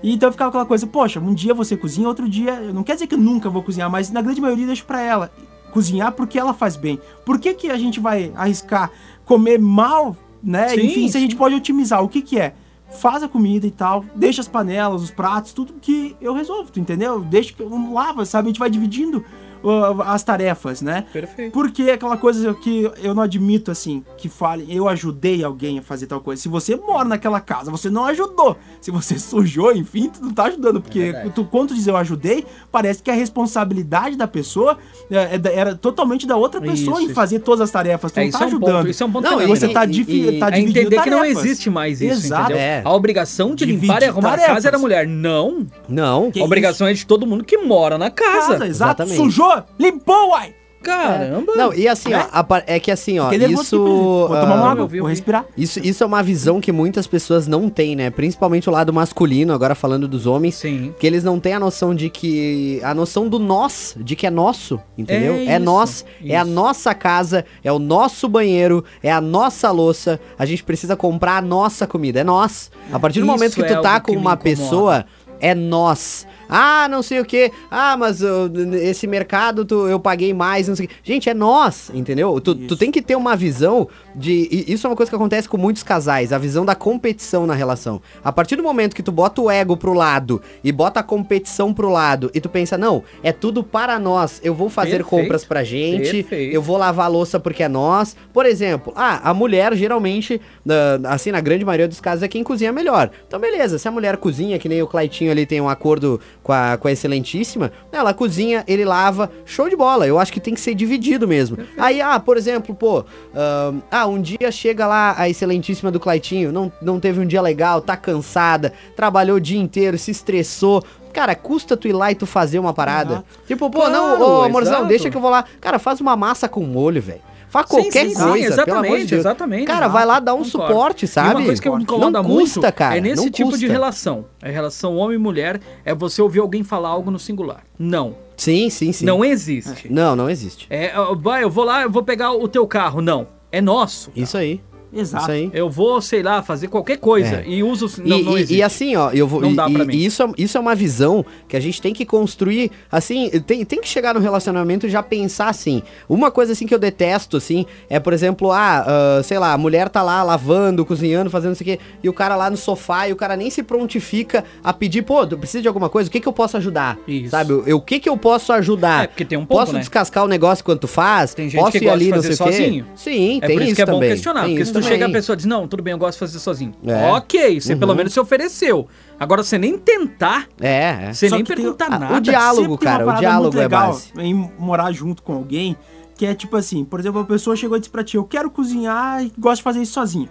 E então ficava aquela coisa, poxa, um dia você cozinha, outro dia. Não quer dizer que eu nunca vou cozinhar, mas na grande maioria eu deixo pra ela cozinhar porque ela faz bem. Por que, que a gente vai arriscar comer mal, né? Sim, Enfim, se a gente pode otimizar, o que que é? Faz a comida e tal, deixa as panelas, os pratos, tudo que eu resolvo, tu entendeu? Deixa que eu não lava, sabe? A gente vai dividindo ah, as tarefas, né? Perfeito. Porque é aquela coisa que eu não admito, assim, que fale, eu ajudei alguém a fazer tal coisa. Se você mora naquela casa, você não ajudou. Se você sujou, enfim, tu não tá ajudando. É Porque tu, quando tu diz eu ajudei, parece que a responsabilidade da pessoa é, é da- era totalmente da outra pessoa Isso, em isso. fazer todas as tarefas. Tu É, não isso tá é um ajudando. ponto, isso é um ponto Não, também, você né? tá, E- difi- e- tá é É dividindo entender que não tarefas. existe mais isso, Exato. entendeu? É. A obrigação de Dividir limpar e arrumar a tarefas. casa era mulher. Não. Não. Que a obrigação é de todo mundo que mora na casa. Casa, exato. Exatamente. Sujou, limpou, uai. Caramba. Não, e assim, ó, a par- é que assim, ó, Fiquei nervoso isso. aqui, Vou tomar ah, uma eu água, vi, eu vou vi. respirar. Isso, isso é uma visão que muitas pessoas não têm, né? Principalmente o lado masculino, agora falando dos homens. Sim. Que eles não têm a noção de que. A noção do nós, de que é nosso, entendeu? É É, isso, nós, é a isso. nossa casa, é o nosso banheiro, é a nossa louça. A gente precisa comprar a nossa comida, é nós. A partir do Isso momento que é tu tá algo que me com uma incomoda. pessoa, é nós. Ah, não sei o que. Ah, mas ô, n- esse mercado tu, eu paguei mais, não sei o que. Gente, é nós, entendeu? Tu, tu Isso. tem que ter uma visão de. e Isso é uma coisa que acontece com muitos casais, a visão da competição na relação. A partir do momento que tu bota o ego pro lado e bota a competição pro lado e tu pensa, não, é tudo para nós. Eu vou fazer Perfeito, compras pra gente, perfeito. eu vou lavar a louça porque é nós. Por exemplo, ah, a mulher geralmente, na- assim, na grande maioria dos casos, é quem cozinha melhor. Então, beleza, se a mulher cozinha, que nem o Claitinho ali tem um acordo com a, com a Excelentíssima, ela cozinha, ele lava, show de bola. Eu acho que tem que ser dividido mesmo. Aí, ah, por exemplo, pô, ahn, ah, um dia chega lá a Excelentíssima do Claitinho, não, não teve um dia legal, tá cansada, trabalhou o dia inteiro, se estressou. Cara, custa tu ir lá e tu fazer uma parada. Tipo, pô, não, Claro, ô, amorzão, exato. deixa que eu vou lá. Cara, faz uma massa com molho, velho. Faz qualquer coisa, pelo amor de Deus. exatamente. Cara, vai lá dar um Concordo. suporte, sabe? E uma coisa que me não incomoda muito custa, cara. é nesse não tipo custa. de relação. A relação homem e mulher é você ouvir alguém falar algo no singular. Não. Sim, sim, sim. Não é- existe. não, não existe. É, ó, vai, eu vou lá, eu vou pegar o teu carro. Não. É nosso. Isso aí, Exato. isso aí. Eu vou, sei lá, fazer qualquer coisa. É. E uso. E, Não, não e- e existe. assim, ó, eu vou. Não e- dá pra e- mim. e isso, é- isso é uma visão que a gente tem que construir. Assim, tem, tem que chegar no relacionamento e já pensar assim. Uma coisa assim que eu detesto, assim, é, por exemplo, ah, ah, sei lá, a mulher tá lá lavando, cozinhando, fazendo isso aqui, e o cara lá no sofá, e o cara nem se prontifica a pedir, pô, tu precisa de alguma coisa? O que que eu posso ajudar? Isso. Sabe? eu- eu- O que que eu posso ajudar? É, porque tem um ponto, Posso né? descascar o negócio enquanto tu faz? Tem gente posso que gosta de fazer o quê? sozinho. Sim, É tem por isso, isso que é também. bom questionar, tem porque se isso tu chega a também. pessoa e diz, não, tudo bem, eu gosto de fazer sozinho. É. Ok, você pelo menos se ofereceu. Agora, você nem tentar, É, é. você Só nem que tem perguntar o- ah, o nada. dia- diálogo, Sempre tem uma cara, o parada diálogo muito é legal base. Em morar junto com alguém, que é tipo assim, por exemplo, a pessoa chegou e disse pra ti, eu quero cozinhar e gosto de fazer isso sozinho.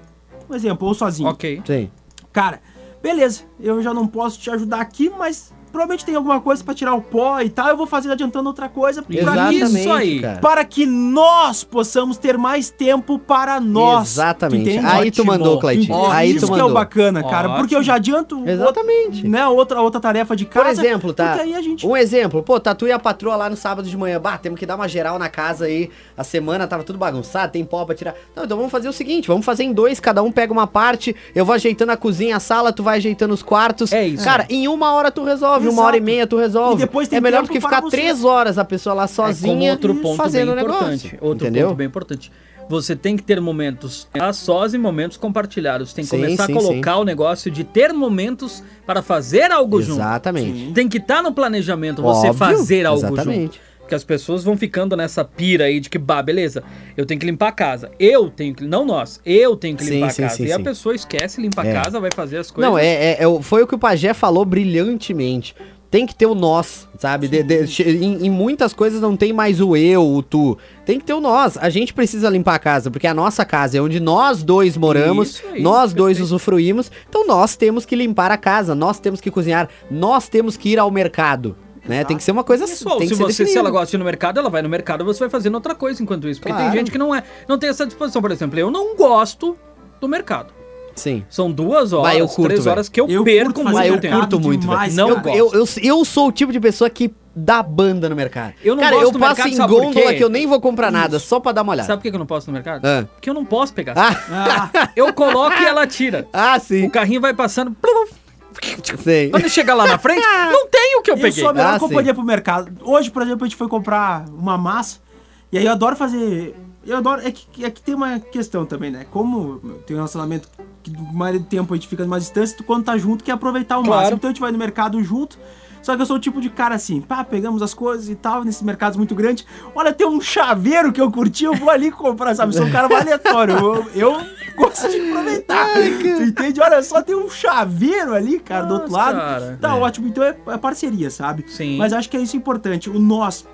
Um exemplo, ou sozinho. Ok. É Sim. Cara, beleza, eu já não posso te ajudar aqui, mas provavelmente tem alguma coisa pra tirar o pó e tal, eu vou fazer adiantando outra coisa pra Exatamente. isso. isso aí. cara. Para que nós possamos ter mais tempo para nós. Exatamente. entende? Aí tu Ótimo. mandou, Claitinho. Ó, Aí isso tu que é o mandou. bacana, cara. Porque eu já adianto outra, Exatamente. né, outra, outra tarefa de Por casa. exemplo, tá? Porque aí a gente Um exemplo, pô, Tatu e a patroa lá no sábado de manhã. Bah, temos que dar uma geral na casa aí. A semana tava tudo bagunçado, tem pó pra tirar. Não, então vamos fazer o seguinte: vamos fazer em dois, cada um pega uma parte. Eu vou ajeitando a cozinha, a sala, tu vai ajeitando os quartos. É isso. Cara, em uma hora tu resolve, uma Exato. hora e meia tu resolve. E depois tem é melhor do tempo que para ficar você. três horas a pessoa lá sozinha É como outro ponto fazendo o bem negócio. importante. Outro entendeu? ponto bem importante. Você tem que ter momentos a sós e momentos compartilhados. Tem que Sim, começar sim, a colocar o negócio de ter momentos para fazer algo Exatamente. junto. Tem que estar no planejamento você Óbvio, fazer algo junto. Exatamente. Porque as pessoas vão ficando nessa pira aí de que, bah, beleza, eu tenho que limpar a casa. Eu tenho que. Não nós, eu tenho que Sim, limpar sim, a casa. sim, e a sim. pessoa esquece, limpa É. a casa, vai fazer as coisas. Não, é, é- é o- foi o que o Pajé falou brilhantemente. tem que ter o nós, sabe? De- de- che- em, em muitas coisas não tem mais o eu, o tu. Tem que ter o nós. A gente precisa limpar a casa, porque é a nossa casa é onde nós dois moramos, Isso aí, nós dois usufruímos. Então nós temos que limpar a casa, nós temos que cozinhar, nós temos que ir ao mercado. Né? Tem que ser uma coisa assim. Pessoal, tem se, que ser você, se definido. ela gosta de ir no mercado, ela vai no mercado, você vai fazendo outra coisa enquanto isso. Porque Claro. tem gente que não é, não tem essa disposição. Por exemplo, eu não gosto do mercado. Sim. São duas horas, Bah, eu curto, três velho. horas que eu, Ah, Eu perco curto muito fazer Mas eu tempo. mercado. curto muito, demais, velho. cara. eu, Não eu, eu, eu sou o tipo de pessoa que dá banda no mercado. Eu não Cara, gosto eu do passo mercado, em sabe por gôndola quê? que eu nem vou comprar nada, só pra dar uma olhada. Sabe por que eu não posso no mercado? Ah. Porque eu não posso pegar. Ah, Ah, Eu coloco e ela tira. ah, O sim. carrinho vai passando. Sei. Quando chegar lá na frente, não tem o que eu eu peguei. sou a melhor Ah, companhia pro mercado. Hoje, por exemplo, a gente foi comprar uma massa. E aí eu adoro fazer. Eu adoro. É que, é que tem uma questão também, né? Como eu tenho um relacionamento que do maioria do tempo a gente fica numa distância, tu quando tá junto quer aproveitar o Claro. máximo. Então a gente vai no mercado junto. Só que eu sou o tipo de cara assim, pá, pegamos as coisas e tal, nesses mercados muito grandes. Olha, tem um chaveiro que eu curti, eu vou ali comprar, sabe? Sou um cara aleatório. Eu, eu gosto de aproveitar. tu entende? Olha só, tem um chaveiro ali, cara, do outro Nossa, lado. cara. Tá ótimo. Então é, é parceria, sabe? Sim. Mas acho que é isso importante. O nós.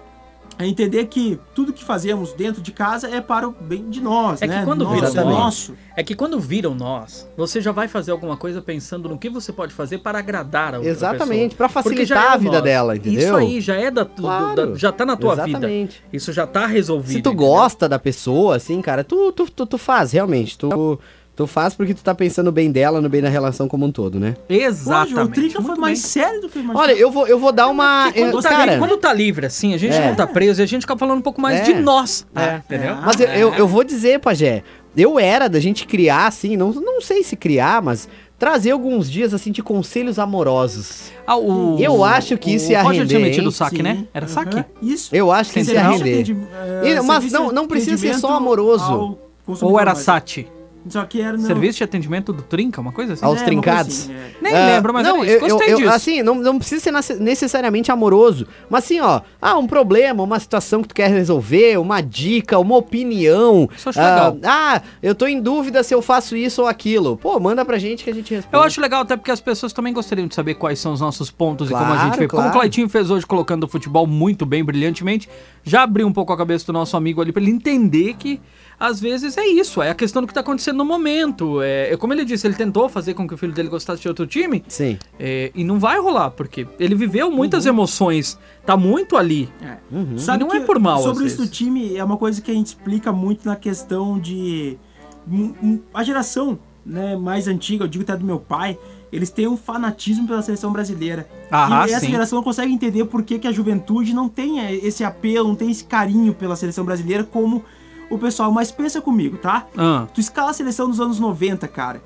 É entender que tudo que fazemos dentro de casa é para o bem de nós, É que né? quando Nós, vira Exatamente. nosso. É que quando viram nós, você já vai fazer alguma coisa pensando no que você pode fazer para agradar a outra Exatamente, pessoa. pra Porque já facilitar é a o vida nós. dela, entendeu? Isso aí já é da, tu- do- Claro. da- já tá na tua vida. Exatamente. Isso já tá resolvido. Se tu entendeu? gosta da pessoa, assim, cara, tu, tu, tu, tu faz, realmente. Tu, tu faz porque tu tá pensando bem dela, no bem da relação como um todo, né? Exatamente. Hoje o Trinca foi Muito mais bem. sério do que eu imaginava. Olha, eu vou, eu vou dar uma. Quando, eh, tá, cara, quando tá livre, assim, a gente É. não tá preso e a gente fica falando um pouco mais É. de nós. É. Entendeu? Mas eu, eu, eu vou dizer, Pajé, eu era da gente criar, assim, não, não sei se criar, mas trazer alguns dias, assim, de conselhos amorosos. Ah, o- Eu acho que isso ia O Roger tinha render, metido hein? o saque, Sim. né? Era saque? É Aham. Isso. Eu acho que isso ia Serviço render. atendi- é, Ele- mas serviço não- não precisa ser só atendimento amoroso. ao Ou consumidor, era mas- SAT? Só que era... não. Serviço de atendimento do Trinca, uma coisa assim? É, Aos uma trincados. coisa assim, é. Nem Ah, lembro, mas não, era isso. eu, Gostei eu, eu, disso. assim, não, não precisa ser nace- necessariamente amoroso, mas assim, ó, ah, um problema, uma situação que tu quer resolver, uma dica, uma opinião. Isso eu acho ah, legal. ah, eu tô em dúvida se eu faço isso ou aquilo. Pô, manda pra gente que a gente responde. Eu acho legal até porque as pessoas também gostariam de saber quais são os nossos pontos e como a Claro, gente vê. Como claro. o Claitinho fez hoje colocando o futebol muito bem, brilhantemente, já abriu um pouco a cabeça do nosso amigo ali pra ele entender que às vezes é isso, é a questão do que tá acontecendo no momento. É, é como ele disse, ele tentou fazer com que o filho dele gostasse de outro time Sim. é, e não vai rolar, porque ele viveu muitas emoções, tá muito ali. É. Uhum. Sabe E não que é por mal, Sobre às isso do vezes. time, é uma coisa que a gente explica muito na questão de. m- m- A geração né, mais antiga, eu digo até do meu pai, eles têm um fanatismo pela seleção brasileira. Ah, e essa sim. geração não consegue entender por que, que a juventude não tem eh, esse apelo, não tem esse carinho pela seleção brasileira como o pessoal. Mas pensa comigo, tá? Ah, Tu escala a seleção dos anos 90, cara.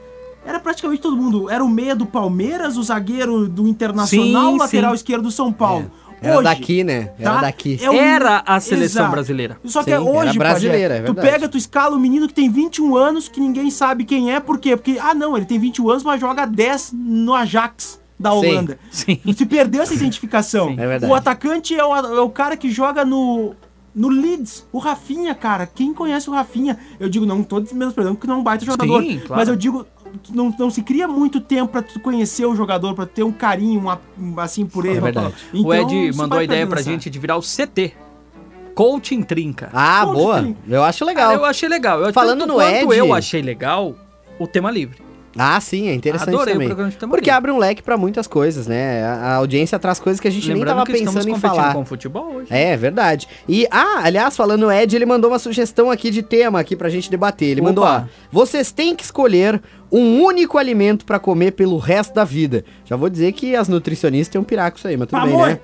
Era praticamente todo mundo. Era o meia do Palmeiras, o zagueiro do Internacional, Sim, o lateral sim. É. esquerdo do São Paulo. Era Hoje, daqui, né? Era tá? daqui. É um- Ah, Era a seleção Exato. brasileira. Só que Sim, é hoje, era brasileira, Pajé, é tu verdade. pega, tu escala um menino que tem 21 anos, que ninguém sabe quem é, por quê? Porque, ah não, ele tem 21 anos, mas joga 10 no Ajax da Sim. Holanda. Sim. E tu perdeu essa identificação. Sim. É verdade. o atacante é o, é o cara que joga no... No Leeds, o Rafinha, cara, quem conhece o Rafinha? Eu digo, não, todos menos perdão, porque não é um baita jogador. Sim, claro. Mas eu digo, tu não, não se cria muito tempo pra tu conhecer o jogador, pra tu ter um carinho, um a- um assim por ele. Então, É verdade. o Ed isso mandou vai a ideia pra pensar. gente de virar o CT. Coaching Trinca. Ah, Onde boa. tem? Eu acho legal. Cara, eu achei legal. Eu, Falando tanto no quanto Ed- eu achei legal o tema livre. Ah, sim, é interessante Adorei o também. programa de tema Porque livre. abre um leque pra muitas coisas, né? A a audiência traz coisas que a gente nem tava pensando em falar. com o futebol hoje. É, verdade. E, ah, aliás, falando no Ed, ele mandou uma sugestão aqui de tema aqui pra gente debater. Ele Opa. mandou, ó, vocês têm que escolher um único alimento pra comer pelo resto da vida. Já vou dizer que as nutricionistas têm um piraco isso aí, mas tudo Pamonha. bem, né?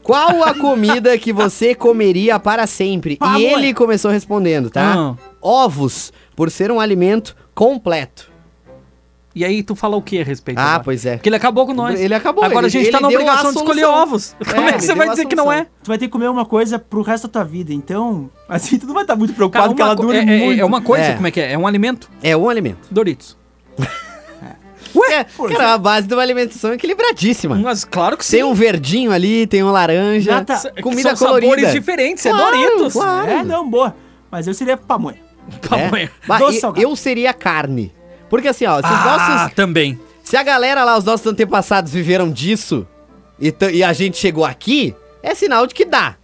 Qual a comida que você comeria para sempre? E Pamonha. ele começou respondendo, tá? Ah. Ovos, por ser um alimento completo. E aí tu fala o que a respeito? Ah, agora? pois é. Porque ele acabou com nós. Ele acabou, Agora a ele- gente tá ele na deu a obrigação de escolher solução. ovos. Como é ele que você deu vai a dizer que não é? solução. Tu vai ter que comer uma coisa pro resto da tua vida. Então, assim, tu não vai estar muito preocupado que uma ela co- dure é, é- muito. é uma coisa, É. como é que é? É um alimento? É um alimento. Doritos. Ué, é. cara, a base de uma alimentação é equilibradíssima. Mas claro que sim. Tem um verdinho ali, tem um laranja. Nada- S- que comida são colorida. sabores diferentes, Claro, é Doritos. claro. É, não, boa. Mas eu seria pamonha. Pamonha. É. Bah, Doce e- salgado. eu seria carne. Porque assim, ó, se, os Ah, nossos- também. se a galera lá, os nossos antepassados viveram disso, e, t- e a gente chegou aqui, é sinal de que dá.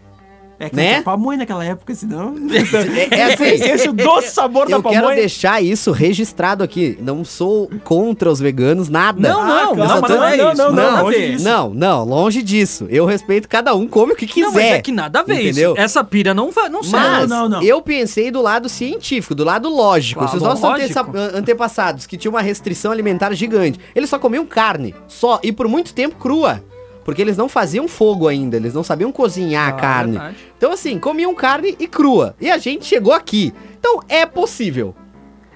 É que Né? tinha pamonha naquela época, senão. É assim, Esse doce sabor da eu pamonha. quero deixar isso registrado aqui. Não sou contra os veganos, nada. Não, não, Eu só não, mas não é isso, Ah, Não, não, nada a não, ver. não, não, longe disso. Eu respeito cada um, come o que quiser. Não, mas é que nada a ver entendeu? isso. Essa pira não, vai, não serve. Mas eu pensei do lado científico, do lado lógico. Claro, Se os nossos lógico. antessa- antepassados, que tinham uma restrição alimentar gigante, eles só comiam carne, só, e por muito tempo crua. Porque eles não faziam fogo ainda, eles não sabiam cozinhar a Ah, carne. verdade. Então, assim, comiam carne e crua. E a gente chegou aqui. Então, é possível,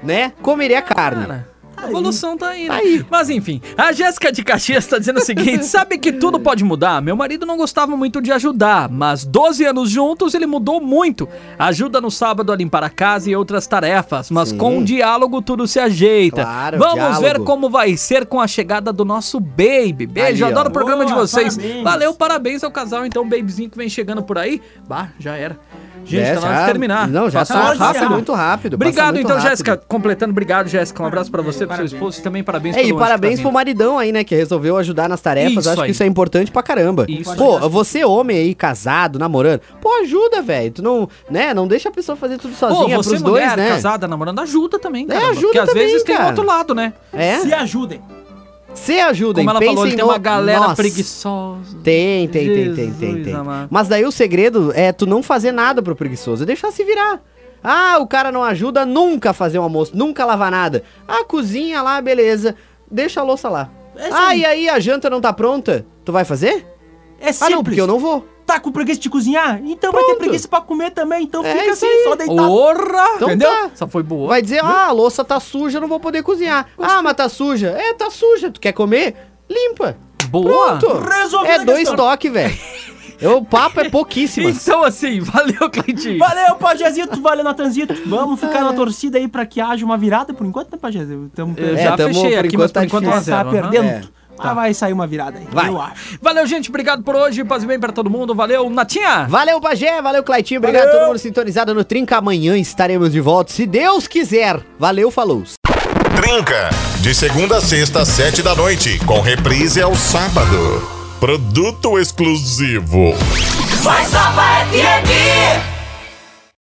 né? Comeria carne. Cara, a evolução tá aí, né? Mas enfim, a Jéssica de Caxias tá dizendo o seguinte: sabe que tudo pode mudar? Meu marido não gostava muito de ajudar, mas 12 anos juntos ele mudou muito. Ajuda no sábado a limpar a casa e outras tarefas, mas Sim. com diálogo tudo se ajeita. Claro, Vamos diálogo. ver como vai ser com a chegada do nosso baby. Beijo, Ali, ó. adoro o programa de Boa, vocês. parabéns. Valeu, parabéns ao casal, então, o babyzinho que vem chegando por aí. Bah, já era. Gente, É, tá na hora já- de terminar. Não, já Passa tá hora de rápido, encerrar. muito rápido. passa Obrigado, muito então, rápido. Jéssica. Completando, obrigado, Jéssica. Um abraço pra você, pro seu esposo e também parabéns É, e anjo que tá parabéns vindo. pro maridão aí, né? Que resolveu ajudar nas tarefas. Isso Acho aí. que isso é importante pra caramba. Isso. Pô, você, homem aí, casado, namorando, pô, ajuda, velho. Tu não, né? Não deixa a pessoa fazer tudo sozinha Pô, você pros mulher, dois, né? É, casada, namorando, ajuda também, cara. ajuda porque às também, vezes tem cara. outro lado, né? É? Se ajudem. Se ajudem, Como ela falou, pensem ele tem no- uma galera Nossa. preguiçosa. Tem, tem, tem, tem, tem, Jesus tem. amado. Mas daí o segredo é tu não fazer nada pro preguiçoso, é deixar se virar. Ah, o cara não ajuda nunca a fazer um almoço, nunca lavar nada. Ah, cozinha lá, beleza. Deixa a louça lá. É isso ah, aí. e aí a janta não tá pronta? Tu vai fazer? É Ah, simples. não, porque eu não vou. Tá com preguiça de cozinhar? Então vai ter Pronto. preguiça pra comer também. Então É fica isso assim, aí. só deitado. Porra! Então entendeu? tá. Só foi boa. Vai dizer, ah, a louça tá suja, não vou poder cozinhar. Ah, mas tá suja. É, tá suja. Tu quer comer? Limpa. boa! Pronto. Resolveu É a dois questão. toques, velho. Eu- O papo é pouquíssimo. Então, assim, valeu, Cleitinho. Valeu, Pajazito. Valeu, Natanzito. Vamos ficar É. na torcida aí pra que haja uma virada por enquanto, né, Pajazito? Tamo Eu É, já tamo- fechei por aqui, mas enquanto tá por enquanto difícil. um a Nós zero, tá aham. perdendo. É, Ah, vai sair uma virada aí. Vai. Eu acho. Valeu, gente. Obrigado por hoje. Paz e bem pra todo mundo. Valeu, Natinha. Valeu, Pajé. Valeu, Claitinho. Obrigado a todo mundo sintonizado no Trinca. Amanhã estaremos de volta, se Deus quiser. Valeu, falou. Trinca. De segunda a sexta, às sete da noite. Com reprise ao sábado. Produto exclusivo. Mais Nova FM.